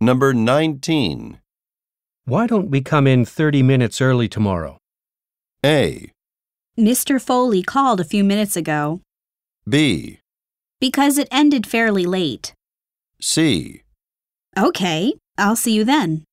Number 19. Why don't we come in 30 minutes early tomorrow? A. Mr. Foley called a few minutes ago B. because it ended fairly late. C. Okay, I'll see you then.